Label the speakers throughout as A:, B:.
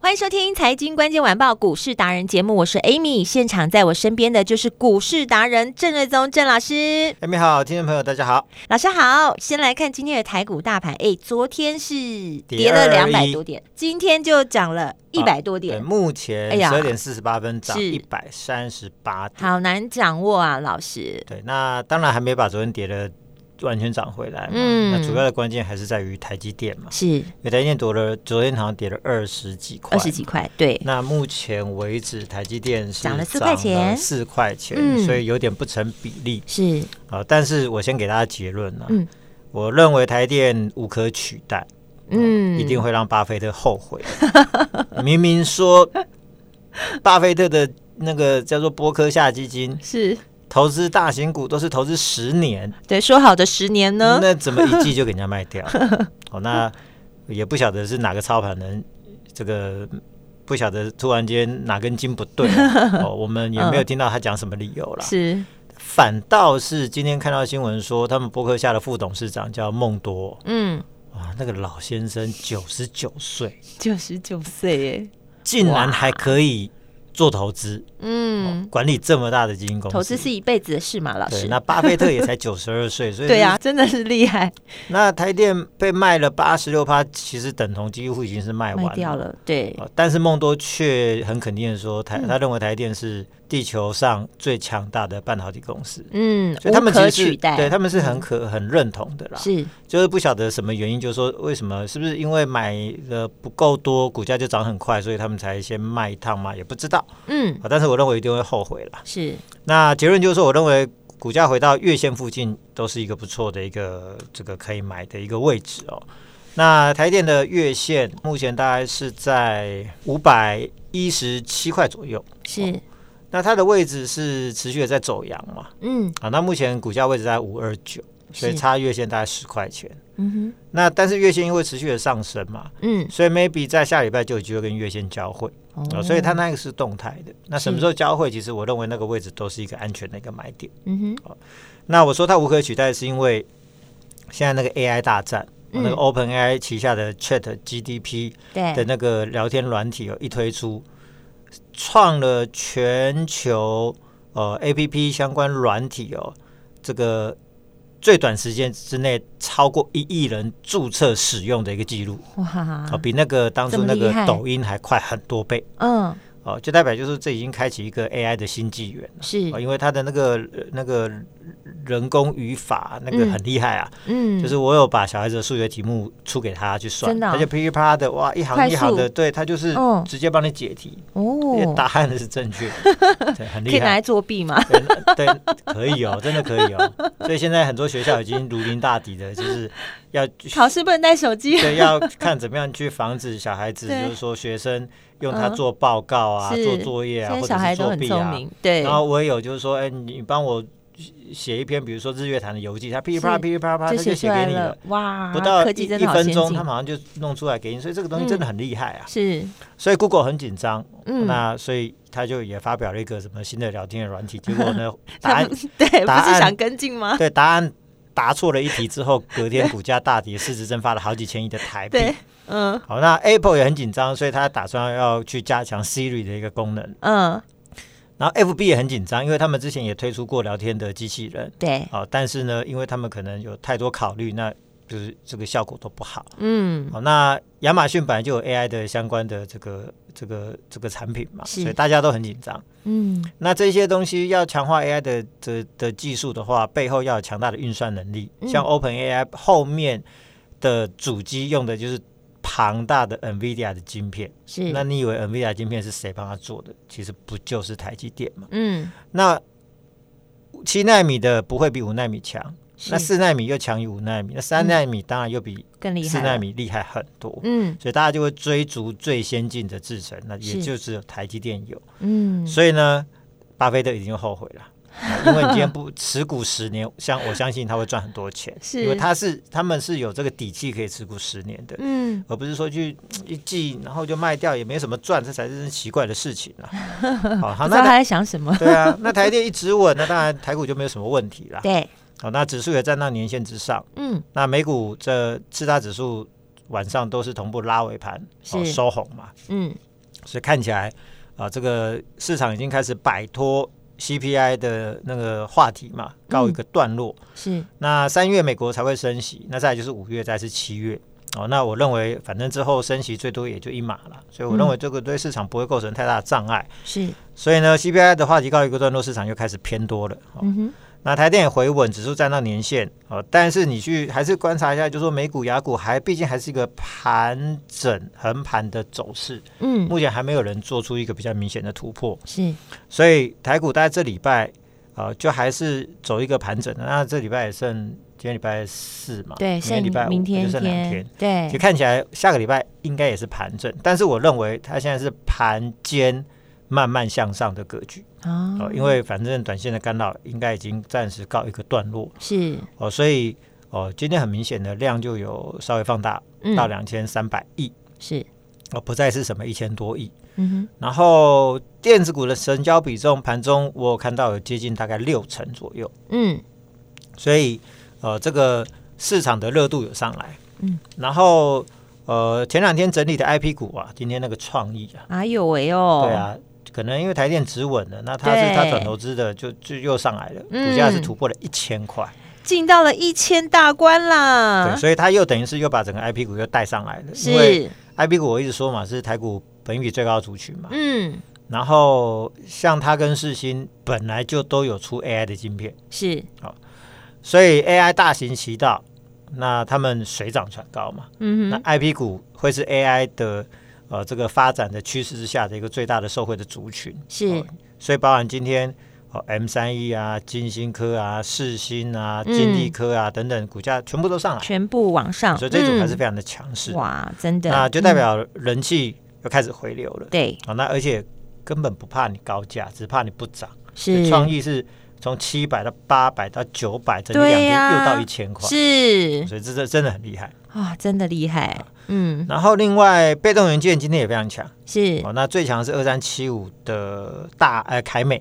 A: 欢迎收听《财经关键晚报》股市达人节目，我是 Amy，现场在我身边的就是股市达人郑瑞宗郑老师，
B: 艾米哎好，听众朋友大家好。
A: 老师好。先来看今天的台股大盘，哎，昨天是跌
B: 跌
A: 了两百
B: 221
A: 多点，今天就涨了一百多
B: 啊对，
A: 点，
B: 目
A: 哎
B: 前
A: 呀
B: 十二点四十八分涨
A: 是
B: 一百三十八点。
A: 好难掌握啊，老师。
B: 对，那当然还没把昨天跌的完全涨回来嘛。
A: 嗯
B: 那主要的关键还是在于台积电嘛，
A: 是
B: 因为台积电夺了昨天好像跌了二十几块，
A: 二十几。块，对，
B: 那目前为止，台积电是
A: 涨了4块钱
B: 涨了四块钱，
A: 嗯
B: 所以有点不成比例
A: 是
B: 啊。但是我先给大家结论了、
A: 嗯
B: 我认为台电无可取代，
A: 嗯，
B: 一定会让巴菲特后悔。明明说巴菲特的那个叫做波克夏基金
A: 是
B: 投资大型股都是投资十年，
A: 对。说好的十年呢？
B: 那怎么一季就给人家卖掉？ 哦，那也不晓得是哪个操盘人，这个不晓得突然间哪根筋不 对了哦，我们也没有听到他讲什么理由啦。
A: 嗯是
B: 反倒是今天看到新闻说，他们波克夏的副董事长叫孟多，
A: 嗯，
B: 哇，那个老先生九十九岁。
A: 九十九岁哎，
B: 竟然还可以做投资，
A: 嗯，
B: 管理这么大的基金公司，
A: 投资是一辈子的事嘛，老
B: 哦对。
A: 师。
B: 那巴菲特也才九十二 岁，所以
A: 对啊，真的是厉害，
B: 就是，那台电被卖了八十六趴，其实等同几乎已经是卖完
A: 卖掉。了，对，
B: 哦但是孟多却很肯定的说，台、
A: 嗯
B: 他认为台电是地球上最强大的半导体公司，
A: 嗯，
B: 所以他
A: 无
B: 们
A: 可
B: 其实
A: 取
B: 是对
A: 代，嗯
B: 他们是很可、很认同的啦。
A: 是
B: 就是不晓得什么原因，就是说为什么是不是因为买的不够多，股价就涨很快，所以他们才先卖一趟嘛，也不知道。
A: 嗯，
B: 啊，但是我认为一定会后悔啦。
A: 是
B: 那结论就是说，我认为股价回到月线附近都是一个不错的一个这个可以买的一个位置哦。那台电的月线目前大概是在五百一十七块左右，
A: 是，
B: 那它的位置是持续的在走阳嘛？
A: 嗯
B: 啊，那目前股价位置在五二九，所以
A: 是
B: 差月线大概十块钱。
A: 嗯
B: 那但是月线因为持续的上升嘛，
A: 哼，嗯，
B: 所以 maybe 在下礼拜就有机会跟月线交汇。哦，所以它那个是动态的。那什么时候交汇？其实我认为那个位置都是一个安全的一个买点。
A: 嗯哼，
B: 那我说它无可取代，是因为现在那个 AI 大战，
A: 嗯哎
B: 那个 OpenAI 旗下的 Chat GDP 的
A: 对，
B: 那个聊天软体哦，一推出，创了全球呃 APP 相关软体哦，这个最短时间之内超过一亿人注册使用的一个记录啊、
A: 哇，
B: 比那个当初
A: 这么
B: 那
A: 厉
B: 个
A: 害
B: 抖音还快很多倍。
A: 嗯，
B: 哦，就代表就是这已经开启一个 AI 的新纪元了。
A: 是
B: 哦，因为它的那个呃那个人工语法那个
A: 嗯
B: 很厉害啊，
A: 嗯，
B: 就是我有把小孩子的数学题目出给他去算，
A: 真的哦
B: 他就噼里啪啦的哇一行
A: 快
B: 一行的，
A: 速
B: 对他就是
A: 嗯
B: 直接帮你解题，因为
A: 哦，
B: 答案是正确 的，对，很
A: 可以
B: 厉
A: 拿来
B: 害。
A: 作弊 吗？
B: 对那对，可以哦，真的可以哦。所以现在很多学校已经如临大敌的，就是要
A: 考试不能带手机，
B: 对，要看怎么样去防止小孩子，
A: 对
B: 就是说学生用它
A: 嗯
B: 做报告啊、
A: 是
B: 做作业啊，
A: 现在
B: 或
A: 小
B: 者
A: 孩
B: 是
A: 都
B: 作
A: 很
B: 弊
A: 聪
B: 啊。
A: 明，对
B: 然，后我也有就是说，哎，你帮我写一篇，比如说日月潭的游记，他噼里啪啦
A: 是
B: 噼里啪啦，他
A: 就
B: 就
A: 写出
B: 写给
A: 来
B: 你
A: 了
B: 了。，
A: 哇，
B: 不到
A: 科
B: 一
A: 技
B: 一
A: 真的好
B: 分
A: 先
B: 钟，
A: 进
B: 他，马上就弄出来给你，所以这个东西真的很厉害啊！
A: 是，
B: 所以 Google 很紧张，
A: 嗯
B: 那所以他就也发表了一个什么新的聊天的软体，结果 呢，答
A: 他
B: 案
A: 们对，不
B: 答
A: 是
B: 案
A: 想跟进吗？
B: 对答案答错了一题之后，隔天股价大跌，市值蒸发了好几千亿的台币。
A: 对，嗯
B: 好，那 Apple 也很紧张，所以他打算要去加强 Siri 的一个功能。
A: 嗯，
B: 然后 FB 也很紧张，因为他们之前也推出过聊天的机器人，
A: 对，
B: 啊、但是呢，因为他们可能有太多考虑，那就是这个效果都不好。
A: 嗯，
B: 好，那亚马逊本来就有 AI 的相关的这个这个这个产品嘛，
A: 是
B: 所以大家都很紧张。
A: 嗯，
B: 那这些东西要强化 AI 的的的技术的话，背后要有强大的运算能力。
A: 嗯
B: 像 OpenAI 后面的主机用的就是庞大的 NVIDIA 的晶片。
A: 是，
B: 那你以为 NVIDIA 晶片是谁帮他做的？其实不就是台积电嘛？
A: 嗯，
B: 那七纳米的不会比五纳米强，
A: 是
B: 那四纳米又强于五纳米，那三纳米当然又比
A: 更厉害
B: 四
A: 了，
B: 纳米厉害很多。
A: 嗯
B: 所以大家就会追逐最先进的制程，那也
A: 是
B: 就只有台积电有。
A: 嗯，
B: 所以呢，巴菲特已经后悔 了。因为你今天不持股十年，像我相信他会赚很多钱，
A: 是
B: 因为他是他们是有这个底气可以持股十年的，
A: 嗯
B: 而不是说去嗯一季然后就卖掉，也没什么赚，这才是奇怪的事情 啊。好，好，
A: 不知道
B: 那
A: 他
B: 台
A: 在想什么，
B: 对啊，那台电一直稳，那当然台股就没有什么问题啦。
A: 对，
B: 好，那指数也站到年线之上，
A: 嗯
B: 那美股这四大指数晚上都是同步拉尾盘，哦、
A: 是
B: 收红嘛，
A: 嗯
B: 所以看起来啊、这个市场已经开始摆脱 CPI 的那个话题嘛，告一个段落。
A: 是，
B: 那三月美国才会升息，那再来就是五月，再来是七月。哦，那我认为反正之后升息最多也就一码了，所以我认为这个对市场不会构成太大的障碍。
A: 是，
B: 所以呢，CPI 的话题告一个段落，市场又开始偏多了。哦
A: 嗯哼，
B: 那台电也回稳，指数站到年线哦，但是你去还是观察一下，就说美股、雅股还毕竟还是一个盘整横盘的走势，
A: 嗯
B: 目前还没有人做出一个比较明显的突破，
A: 是，
B: 所以台股大概这礼拜呃就还是走一个盘整，那这礼拜也剩今天礼拜四嘛，
A: 对，
B: 明天
A: 剩
B: 礼拜五
A: 明
B: 就
A: 天
B: 剩两天
A: 天，，对
B: 其实，看起来下个礼拜应该也是盘整，但是我认为它现在是盘间慢慢向上的格局。
A: 哦
B: 哦，因为反正短线的干扰应该已经暂时告一个段落
A: 是，
B: 哦，所以哦，今天很明显的量就有稍微放大
A: 嗯
B: 到两千三百亿
A: 是，
B: 哦，不再是什么一千多亿。
A: 嗯
B: 然后电子股的成交比重盘中我有看到有接近大概六成左右，
A: 哼，嗯
B: 所以呃，这个市场的热度有上来。
A: 嗯，
B: 然后呃，前两天整理的 IP 股啊，今天那个创意啊，
A: 哎呦喂哦，
B: 对，啊，可能因为台电止稳了，那它是
A: 对嗯
B: 它转投资的，就就又上来了，股价是突破了一千块，
A: 进到了一千大关
B: 对，
A: 啦，
B: 所以它又等于是又把整个 I P 股又带上来了，因
A: 嗯
B: 为
A: 是，
B: I P 股我一直说嘛是台股本益比最高的族群嘛，
A: 嗯
B: 然后像它跟世新本来就都有出 A I 的晶片，
A: 是，
B: 所以 A I 大行其道，那他们水涨船高嘛，
A: 嗯
B: 那
A: 哼，
B: I P 股会是 A I 的呃这个发展的趋势之下的一个最大的受惠的族群，
A: 是
B: 哦，所以包含今天哦 M 三 E 啊、金星科啊、世新啊、
A: 嗯
B: 金利科啊、等等股价全部都上来，
A: 全部往上，
B: 所以这组还是
A: 嗯
B: 非常的强势。
A: 哇，真的，
B: 那就代
A: 嗯
B: 表人气又开始回流了。
A: 对
B: 啊、那而且根本不怕你高价，只怕你不涨。
A: 是
B: 创意是从七百到八百到九百，整两
A: 对
B: 天
A: 呀
B: 又到一千块，
A: 是
B: 所以这这真的很厉害。
A: 啊，真的厉害，嗯
B: 然后另外被动元件今天也非常强
A: 是
B: 哦，那最强是二三七五的大呃凯美，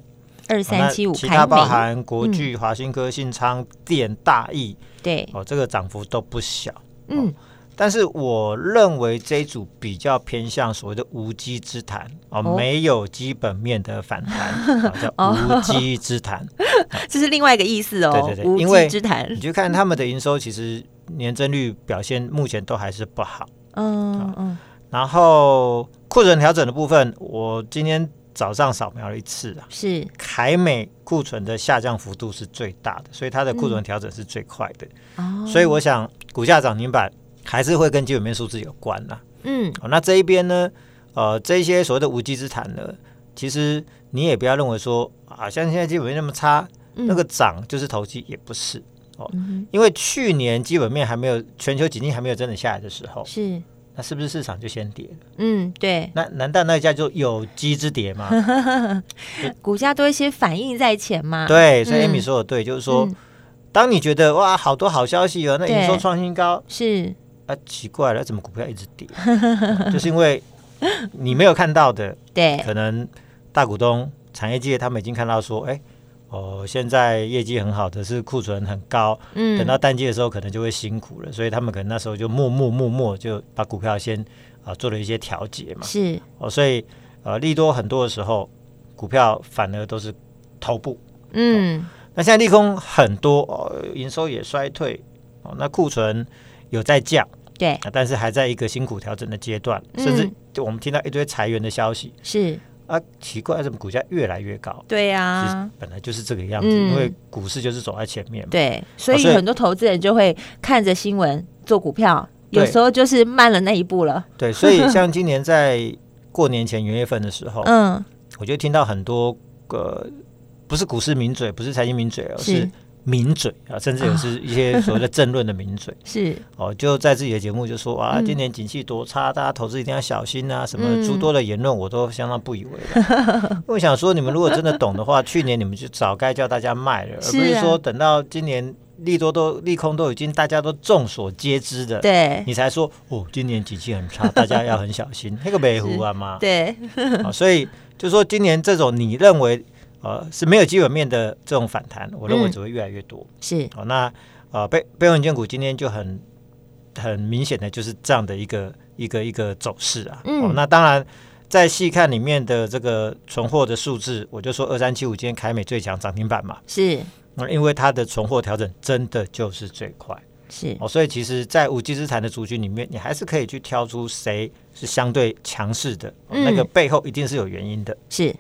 A: 二
B: 哦那
A: 三七五
B: 其
A: 凯
B: 他包
A: 美，嗯
B: 含国巨、华新科、信昌、电、大益
A: 对，
B: 哦，这个涨幅都不小。
A: 嗯
B: 但是我认为这一组比较偏向所谓的无稽之谈哦，
A: 哦
B: 没有基本面的反弹，哦、 叫无稽之谈。
A: 这是另外一个意思哦，
B: 对对对
A: 无
B: 因为
A: 稽之谈
B: 你，去看他们的营收，其实年增率表现目前都还是不好。
A: 嗯嗯
B: 然后库存调整的部分，我今天早上扫描了一次啊，
A: 是
B: 凯美库存的下降幅度是最大的，所以它的库存调整是最快的。
A: 嗯哦，
B: 所以我想，股价涨停板还是会跟基本面数字有关啦、
A: 嗯
B: 哦，那这一边呢，呃，这一些所谓的无稽之谈呢，其实你也不要认为说啊，像现在基本面那么差，
A: 嗯
B: 那个涨就是投机，也不是，
A: 嗯
B: 因为去年基本面还没有全球经济还没有真的下来的时候
A: 哼，是
B: 那是不是市场就先跌了？
A: 嗯对，
B: 那难道那一家就有机之 跌吗？
A: 股价多一些反应在前嘛，
B: 对，所以
A: 嗯
B: Amy 说的对，就是说，
A: 嗯
B: 当你觉得哇，好多好消息哦，那营收
A: 对
B: 创新高，
A: 是
B: 啊，奇怪了，怎么股票一直跌？ 就是因为你没有看到的，
A: 对
B: 可能大股东、产业界他们已经看到说，哎、哦，现在业绩很好的是库存很高，
A: 嗯
B: 等到淡季的时候可能就会辛苦了，所以他们可能那时候就默默默默就把股票先啊、做了一些调节嘛，
A: 是
B: 哦，所以呃利多很多的时候，股票反而都是头部，
A: 嗯
B: 那现在利空很多哦，营收也衰退哦，那库存有在降。
A: 对
B: 啊，但是还在一个辛苦调整的阶段，
A: 嗯
B: 甚至就我们听到一堆裁员的消息
A: 是
B: 啊，奇怪，怎么股价越来越高？
A: 对
B: 其
A: 啊
B: 实。本来就是这个样子，
A: 嗯
B: 因为股市就是走在前面嘛。
A: 对，所以
B: 哦所以
A: 很多投资人就会看着新闻做股票，有
B: 对
A: 时候就是慢了那一步了。
B: 对，所以像今年在过年前元月份的时候，
A: 嗯，
B: 我就听到很多个不是股市名嘴，不是财经名嘴，而
A: 是
B: 是名嘴啊，甚至有是一些所谓的政论的名 嘴
A: 是，
B: 哦，就在自己的节目就说啊，
A: 嗯
B: 今年景气多差，大家投资一定要小心啊，什
A: 嗯
B: 么诸多的言论我都相当不以为然。 因为我想说，你们如果真的懂的话，去年你们就早该叫大家卖了，而不
A: 是
B: 是
A: 啊
B: 说等到今年利多都利空都已经大家都众所皆知的，
A: 对
B: 你才说哦，今年景气很差，大家要很小心。那个北湖啊嘛，
A: 对，
B: 啊，所以就说今年这种你认为呃是没有基本面的这种反弹，我认为
A: 嗯
B: 只会越来越多。
A: 是
B: 哦，那呃被被稳健股今天就很很明显的就是这样的一个一个一个走势啊。
A: 嗯
B: 哦，那当然。再细看里面的这个存货的数字，我就说二三七五今天凯美最强涨停板嘛，
A: 是
B: 那因为它的存货调整真的就是最快。
A: 是，
B: 哦，所以其实，在无稽之谈的族群里面，你还是可以去挑出谁是相对强势的、哦
A: 嗯
B: 那个背后一定是有原因的。
A: 是，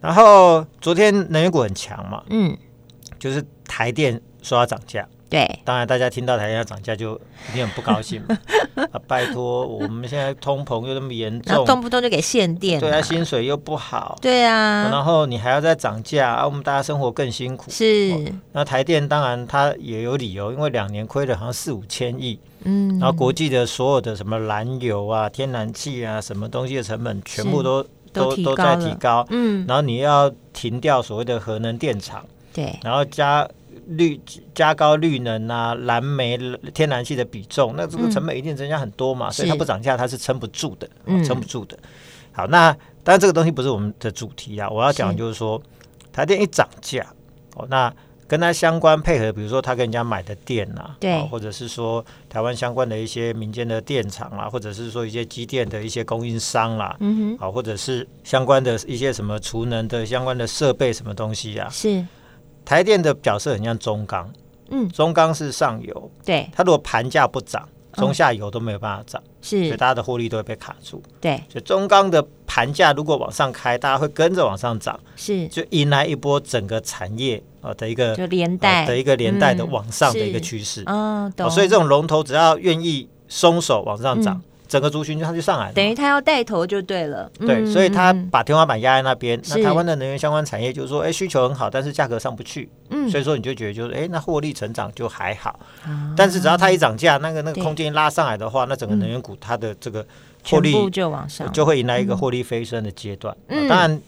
B: 然后昨天能源股很强嘛，
A: 嗯，
B: 就是台电说要涨价，
A: 对，
B: 当然大家听到台电要涨价就一定很不高兴 嘛。啊，拜托，我们现在通膨又那么严
A: 然后
B: 重，
A: 动不动就给限电
B: 对啊，
A: 了，
B: 薪水又不好，
A: 对啊，
B: 然后你还要再涨价，啊，我们大家生活更辛苦。
A: 是，
B: 那台电当然它也有理由，因为两年亏了好像四五千亿，
A: 嗯，
B: 然后国际的所有的什么燃油啊、天然气啊、什么东西的成本，全部都
A: 都
B: 都
A: 提
B: 都
A: 高
B: 在提
A: 了
B: 高。
A: 嗯，
B: 然后你要停掉所谓的核能电厂，
A: 对，
B: 然后加绿加高绿能啊、蓝煤、天然气的比重，那这个
A: 嗯
B: 成本一定增加很多嘛，所以
A: 是
B: 它不涨价它是撑不住的，
A: 嗯
B: 哦撑不住的。好，那当然这个东西不是我们的主题啊，我要讲
A: 是
B: 的就是说，台电一涨价，哦，那跟它相关配合，比如说他跟人家买的电啊，
A: 对
B: 哦或者是说台湾相关的一些民间的电厂啊，或者是说一些机电的一些供应商啦、
A: 嗯
B: 好，或者是相关的一些什么储能的相关的设备什么东西啊
A: 哼，，是，
B: 台电的角色很像中钢，
A: 嗯，
B: 中钢是上游，
A: 对，
B: 它如果盘价不涨，
A: 嗯
B: 中下游都没有办法涨，所以
A: 是，
B: 大家的获利都会被卡住。
A: 对，
B: 所以中钢的盘价如果往上开，大家会跟着往上涨，
A: 是，
B: 就迎来一波整个产业啊、呃的一个
A: 就连带
B: 呃的一个连带的
A: 嗯
B: 往上的一个
A: 是
B: 趋势。
A: 嗯，
B: 哦
A: 懂，
B: 所以这种龙头只要愿意松手往上涨，
A: 嗯
B: 整个族群就它就上来了嘛。
A: 等于他要带头就对了，
B: 对，
A: 嗯
B: 所以它
A: 嗯
B: 把天花板压在那边。
A: 是
B: 那台湾的能源相关产业就是说，哎，需求很好，但是价格上不去，
A: 嗯
B: 所以说你就觉得就是，哎，那获利成长就还好。
A: 啊
B: 但是只要它一涨价，那个那
A: 对嗯
B: 个空间拉上来的话，那整个能源股它的这个获
A: 全
B: 利
A: 部就往上，
B: 就会迎来一个获利飞升的阶段。
A: 嗯
B: 啊当然，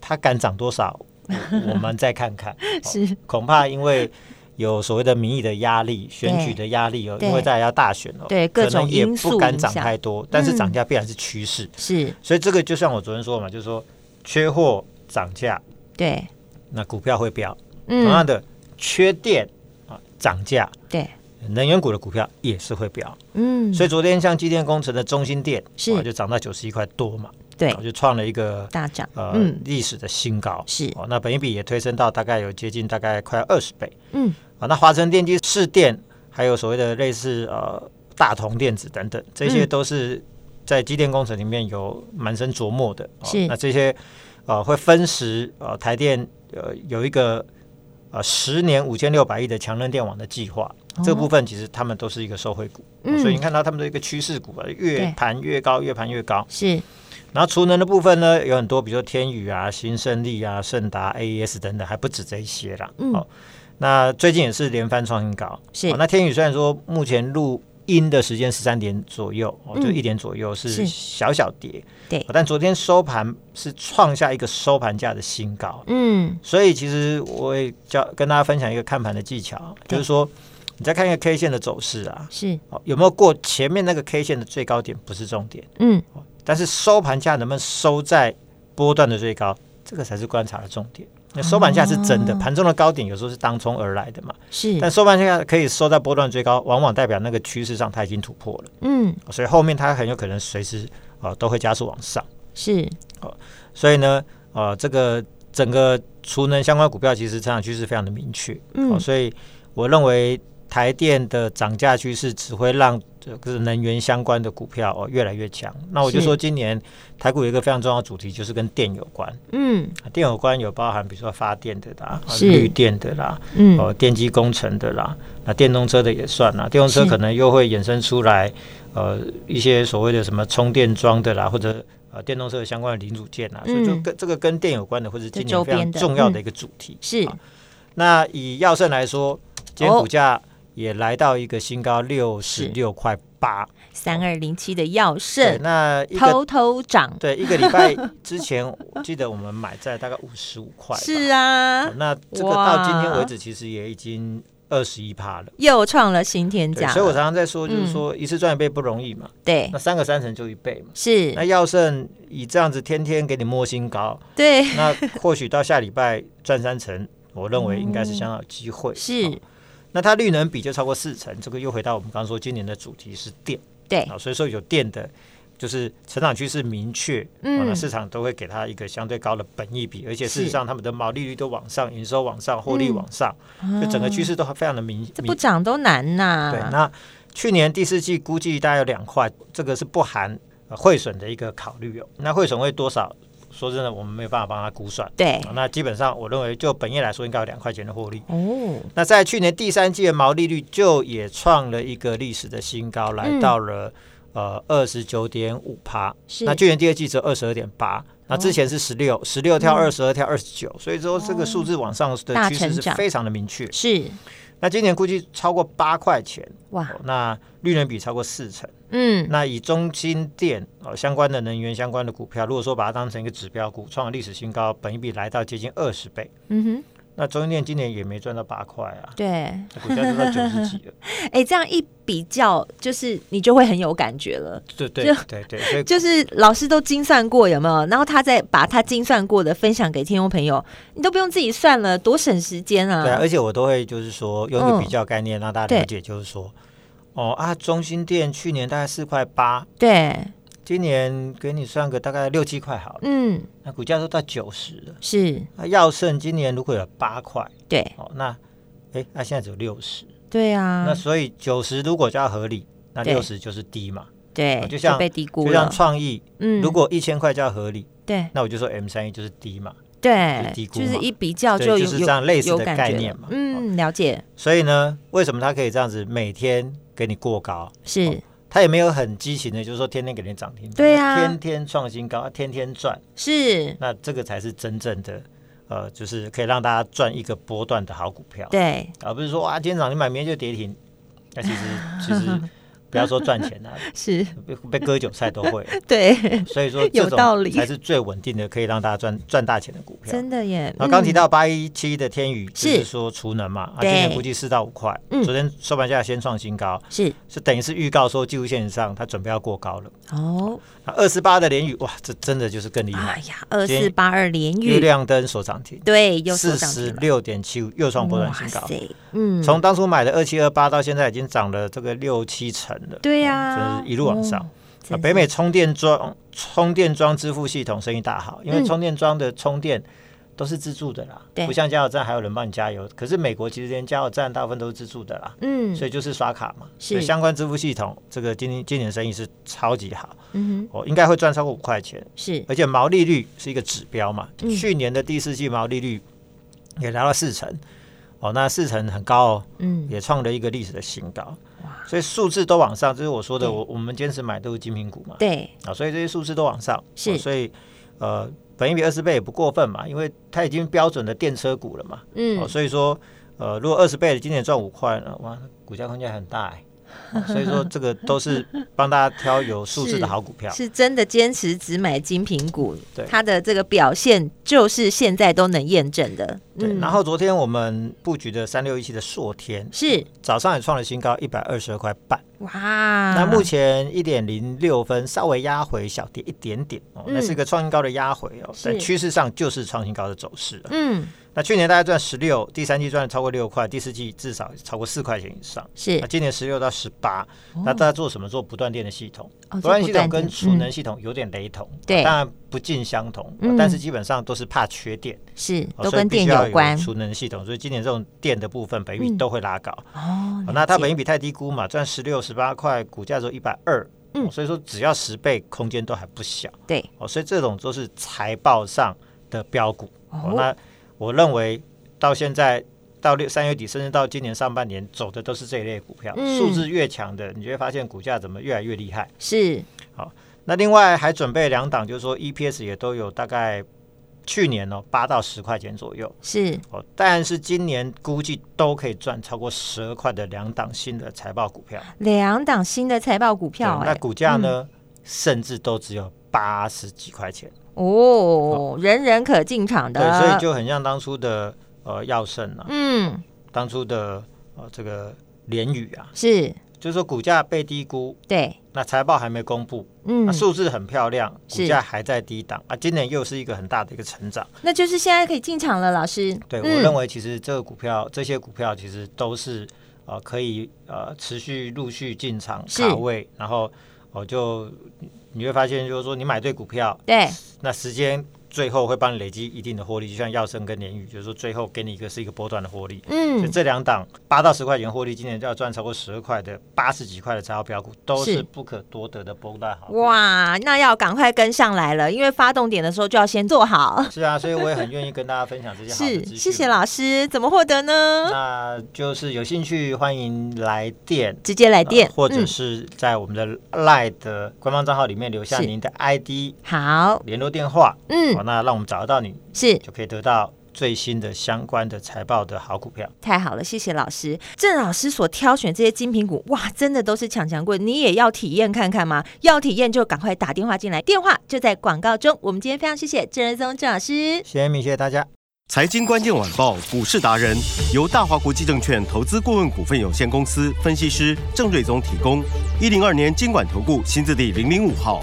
B: 它敢涨多少，我我们再看看。
A: 是
B: 恐怕因为有所谓的民意的压力、选举的压力哦，
A: 对
B: 因为大家要大选哦，
A: 对各种
B: 可能也
A: 因素
B: 不敢涨
A: 影响嗯
B: 太多，但是涨价必然是趋势，
A: 是，
B: 所以这个就像我昨天说嘛，就是说缺货涨价，
A: 对，
B: 那股票会飙；同样
A: 嗯，
B: 的，缺电啊涨价，
A: 对，
B: 能源股的股票也是会飙。
A: 嗯，
B: 所
A: 以
B: 以昨天像机电工程的中心电
A: 是
B: 啊就涨到九十一块多嘛，
A: 对
B: 啊就创了一个
A: 大涨，
B: 呃
A: 嗯，
B: 历史的新高。
A: 是，
B: 哦，那本一比也推升到大概有接近大概快二十倍。
A: 嗯，
B: 啊，那华晨电机、市电，还有所谓的类似呃大同电子等等，这些
A: 嗯
B: 都是在机电工程里面有蛮深琢磨的。哦
A: 是
B: 那这些呃会分时呃台电呃有一个呃十年五千六百亿的强韧电网的计划，
A: 哦
B: 这部分其实他们都是一个受惠股，哦所以你看到他们的一个趋势股啊，
A: 嗯对
B: 越盘越高，越盘越高。
A: 是，
B: 然后储能的部分呢，有很多，比如说天宇啊、新胜利啊、盛达、AES 等等，还不止这一些啦。
A: 嗯
B: 哦，那最近也是连番创新高。
A: 是
B: 哦那天宇虽然说目前录音的时间十三点左右，哦，
A: 嗯
B: 就一点左右
A: 是
B: 是小小跌，
A: 对
B: 哦但昨天收盘是创下一个收盘价的新高。
A: 嗯，
B: 所以其实我也教跟大家分享一个看盘的技巧，
A: 对
B: 就是说你再看一个 K 线的走势啊，
A: 是，
B: 哦，有没有过前面那个 K 线的最高点不是重点。
A: 嗯，
B: 但是收盘价能不能收在波段的最高，这个才是观察的重点。那收盘价是真的，
A: 哦
B: 盘中的高点有时候是当冲而来的嘛，
A: 是，
B: 但收盘价可以收在波段最高，往往代表那个趋势上它已经突破了，
A: 嗯，
B: 所以后面它很有可能随时呃都会加速往上。
A: 是，
B: 所以呢，呃，这个整个储能相关股票其实成长趋势非常的明确，哦
A: 嗯
B: 所以我认为台电的涨价趋势只会让这个能源相关的股票哦越来越强。那我就是说，今年台股有一个非常重要的主题，就是跟电有关。
A: 嗯
B: 啊电有关有包含比如说发电的啦，啊
A: 是
B: 绿电的啦，
A: 嗯，
B: 哦，电机工程的啦，那电动车的也算啦，电动车
A: 是
B: 可能又会衍生出来，呃，一些所谓的什么充电桩的啦，或者呃电动车的相关的零组件啊，所以就
A: 嗯
B: 跟这个跟电有关的，或者今
A: 就周
B: 年非常
A: 边的嗯
B: 重要的一个主题。
A: 是
B: 好那以药盛来说，今天
A: 哦
B: 股价也来到一个新高六十六块八，
A: 三二零七的药
B: 对，
A: 圣
B: 那一个
A: 偷偷涨，
B: 对一个礼拜之前，我记得我们买在大概五十五块，
A: 是。啊
B: 哦，那这个到今天
A: 哇
B: 为止，其实也已经二十一趴了。
A: 又创了新天
B: 对，
A: 价了，
B: 所以我常常在说，就是
A: 嗯
B: 说一次赚一倍不容易嘛，
A: 对
B: 那三个三成就一倍嘛。
A: 是
B: 那，药圣以这样子天天给你摸新高，
A: 对
B: 那或许到下礼拜赚三成，我认为应该是相当有机会。
A: 嗯
B: 哦
A: 是，
B: 那它绿能比就超过四成，这个又回到我们刚刚说今年的主题是电
A: 对
B: 啊，所以说有电的。就是成长趋势明确，
A: 嗯
B: 哦那市场都会给它一个相对高的本益比，而且事实
A: 是
B: 上他们的毛利率都往上，营收往上，获利
A: 嗯
B: 往上，就整个趋势都非常的明
A: 这
B: 明
A: 不涨都难呐，
B: 对，那去年第四季估计大概有两块，这个是不含呃汇损的一个考虑哦。那汇损会多少？说真的，我们没有办法帮他估算。
A: 对
B: 啊那基本上，我认为就本业来说，应该有两块钱的获利。
A: 哦，
B: 那在去年第三季的毛利率就也创了一个历史的新高，来
A: 嗯
B: 到了、呃二十九点五趴。
A: 是
B: 那去年第二季只有二十二点八，那之前是十六、十六跳二十二跳二十九，所以说这个数字往上的
A: 嗯哦大
B: 趋势
A: 成
B: 是
A: 长
B: 非常的明确。
A: 是
B: 那今年估计超过八块钱。
A: 哇
B: 哦，那绿能比超过四成。
A: 嗯
B: 那以中心电哦相关的能源相关的股票，如果说把它当成一个指标股，创了历史新高，本一比来到接近二十倍。
A: 嗯哼，
B: 那中心电今年也没赚到八块啊，
A: 对，
B: 股价都到九十几 了。
A: 哎，这样一比较，就是你就会很有感觉了。
B: 对对对对，所以
A: 就是老师都精算过有没有？然后他再把他精算过的分享给听众朋友，你都不用自己算了，多省时间啊！
B: 对啊，而且我都会就是说用一个
A: 嗯
B: 比较概念让大家
A: 对
B: 了解，就是说哦啊，中心电去年大概四块八，
A: 对
B: 今年给你算个大概六七块好了，
A: 嗯，
B: 那股价都到九十了。
A: 是，
B: 那药圣今年如果有八块
A: 对
B: 哦，那哎，那现在只有六十。
A: 对啊
B: 那，所以九十如果叫合理，那
A: 对
B: 六十就是低嘛。
A: 对，
B: 哦就像
A: 被低估
B: 就像
A: 了。
B: 创意，
A: 嗯
B: 如果一千块叫合理，
A: 对
B: 那我就说 M 三一就是低嘛，
A: 对
B: 是，低估
A: 就是
B: 嘛
A: 一比较
B: 对
A: 哦就有
B: 就是这样类似
A: 有
B: 的
A: 感
B: 概
A: 觉
B: 念
A: 了
B: 嘛哦
A: 嗯，了解
B: 所以呢，为什么它可以这样子每天给你过高？
A: 是
B: 它也没有很激情的，就是说天天给你涨停板，
A: 对啊
B: 它天天创新高，啊天天赚，
A: 是，
B: 那这个才是真正的，呃，就是可以让大家赚一个波段的好股票，
A: 对
B: 而不是说哇，啊今天涨停板，明天就跌停，那其实其 实不要说赚钱啊，
A: 是，
B: 被被割韭菜都会。
A: 对，
B: 所以说
A: 有
B: 这种
A: 道理
B: 才是最稳定的，可以让大家赚赚大钱的股票。
A: 真的耶。
B: 然后刚
A: 嗯
B: 提到八一七的天宇，就是是说储能嘛，啊，
A: 对
B: 今年估计四到五块，
A: 嗯
B: 昨天收盘价先创新高，
A: 是
B: 是等于是预告说技术线上它准备要过高了。
A: 哦，
B: 二四八的联宇，哇，这真的就是更厉害，
A: 哎呀，二
B: 今
A: 四
B: 天
A: 八二连
B: 月
A: 玉，
B: 亮灯所涨停，
A: 对，又
B: 四
A: 收涨
B: 十
A: 停了，
B: 六点七五，又创波段新高。
A: 塞，嗯，
B: 从当初买的二七二八到现在已经涨了这个六七成了，
A: 对
B: 真
A: 呀
B: 嗯
A: 哦
B: 的，是一路往上。啊，
A: 真是
B: 北美充电桩充电桩支付系统生意大好，因为
A: 嗯
B: 充电桩的充电都是自助的啦，
A: 对
B: 不像加油站还有人帮你加油。可是美国其实连加油站大部分都是自助的啦，
A: 嗯，
B: 所以就是刷卡嘛。
A: 是
B: 所以相关支付系统，这个今年今年生意是超级好，
A: 嗯
B: 我、哦、应该会赚超过五块钱，
A: 哼，是
B: 而且毛利率是一个指标嘛，
A: 嗯
B: 去年的第四季毛利率也达到四成，哦，那四成很高哦。
A: 嗯，
B: 也创了一个历史的新高
A: 哇，
B: 所以数字都往上，这是我说的，
A: 对
B: 我我们坚持买都是精品股嘛，
A: 对，
B: 啊，所以这些数字都往上，
A: 是
B: 哦所以呃，本益比二十倍也不过分嘛，因为它已经标准的电车股了嘛，
A: 嗯
B: 哦，，所以说呃，如果二十倍今年赚五块呢，哇，股价空间很大哎、哦所以说这个都是帮大家挑有数字
A: 是
B: 的好股票，
A: 是真的坚持只买精品股，
B: 对
A: 它的这个表现就是现在都能验证的，
B: 对。
A: 嗯
B: 然后昨天我们布局的三六一七的硕天
A: 是
B: 早上也创了新高一百二十二块半，
A: 哇，
B: 那
A: 那
B: 目前一点零六分稍微压回小跌一点点哦，那是一个创新高的压回哦，在
A: 嗯是
B: 趋势上就是创新高的走势啊。
A: 嗯
B: 那去年大概赚十六，第三季赚了超过六块，第四季至少超过四块钱以上。
A: 是
B: 那今年十六到十八、那大家做什么？做不断电的系统，
A: 哦
B: 不断
A: 这不
B: 系统
A: 断
B: 跟
A: 电
B: 储能系统有点雷同，哦
A: 对
B: 当然不尽相同、哦
A: 嗯
B: 但是基本上都是怕缺电，
A: 是
B: 哦
A: 都
B: 所以
A: 跟
B: 必须
A: 电
B: 要
A: 有关
B: 储能系统，所以今年这种电的部分，北域
A: 嗯
B: 都会拉高。
A: 哦，哦
B: 哦那它
A: 了解
B: 本益比太低估嘛，赚十六十八块，股价只有一百二，
A: 嗯
B: 哦所以说只要十倍，空间都还不小
A: 对
B: 哦，所以这种都是财报上的标股
A: 哦
B: 哦。那我认为到现在到六三月底，甚至到今年上半年走的都是这一类股票，
A: 嗯
B: 数字越强的，你就会发现股价怎么越来越厉害。
A: 是
B: 那另外还准备两档，就是说 EPS 也都有大概去年哦八到十块钱左右
A: 是
B: 哦，但是今年估计都可以赚超过十二块的两档新的财报股票。
A: 两档新的财报股票、
B: 对
A: 哎，
B: 那股价呢，甚至都只有八十几块钱。
A: 哦，人人可进场的，
B: 对，所以就很像当初的呃药盛啊，
A: 嗯
B: 当初的呃这个联宇啊，
A: 是
B: 就是说股价被低估，
A: 对，
B: 那财报还没公布，
A: 嗯
B: 那、，数字很漂亮，
A: 是
B: 股价还在低档啊，今年又是一个很大的一个成长。
A: 那就是现在可以进场了，老师。
B: 对、
A: 嗯
B: 我认为，其实这个股票这些股票其实都是呃可以呃持续陆续进场
A: 是
B: 卡位，然后我、哦就你会发现就是说你买对股票，
A: 对，
B: 那时间最后会帮你累积一定的获利，就像药生跟联宇，就是说最后给你一个是一个波段的获利。所以
A: 嗯，
B: 这两档八到十块钱获利，今年就要赚超过十二块的八十几块的财报标股，都
A: 是
B: 是不可多得的波段好股。
A: 哇，那要赶快跟上来了，因为发动点的时候就要先做好。
B: 是啊，所以我也很愿意跟大家分享这些好的
A: 是
B: 资，讯。
A: 谢谢。老师，怎么获得呢？
B: 那就是有兴趣欢迎来电。
A: 直接来电，
B: 呃或者
A: 嗯
B: 是在我们的 LINE 的官方账号里面留下
A: 是
B: 您的 ID、
A: 好，
B: 联络电话，好，
A: 嗯，
B: 那让我们找得到你，
A: 是
B: 就可以得到最新的相关的财报的好股票。
A: 太好了，谢谢老师。郑老师所挑选这些精品股，哇，真的都是强强棍，你也要体验看看吗？要体验就赶快打电话进来，电话就在广告中。我们今天非常谢谢郑仁宗郑老师。
B: 谢谢米，谢谢大家。
C: 财经关键晚报股市达人由大华国际证券投资顾问股份有限公司分析师郑瑞宗提供。一零二年经管投顾新字第零零五号。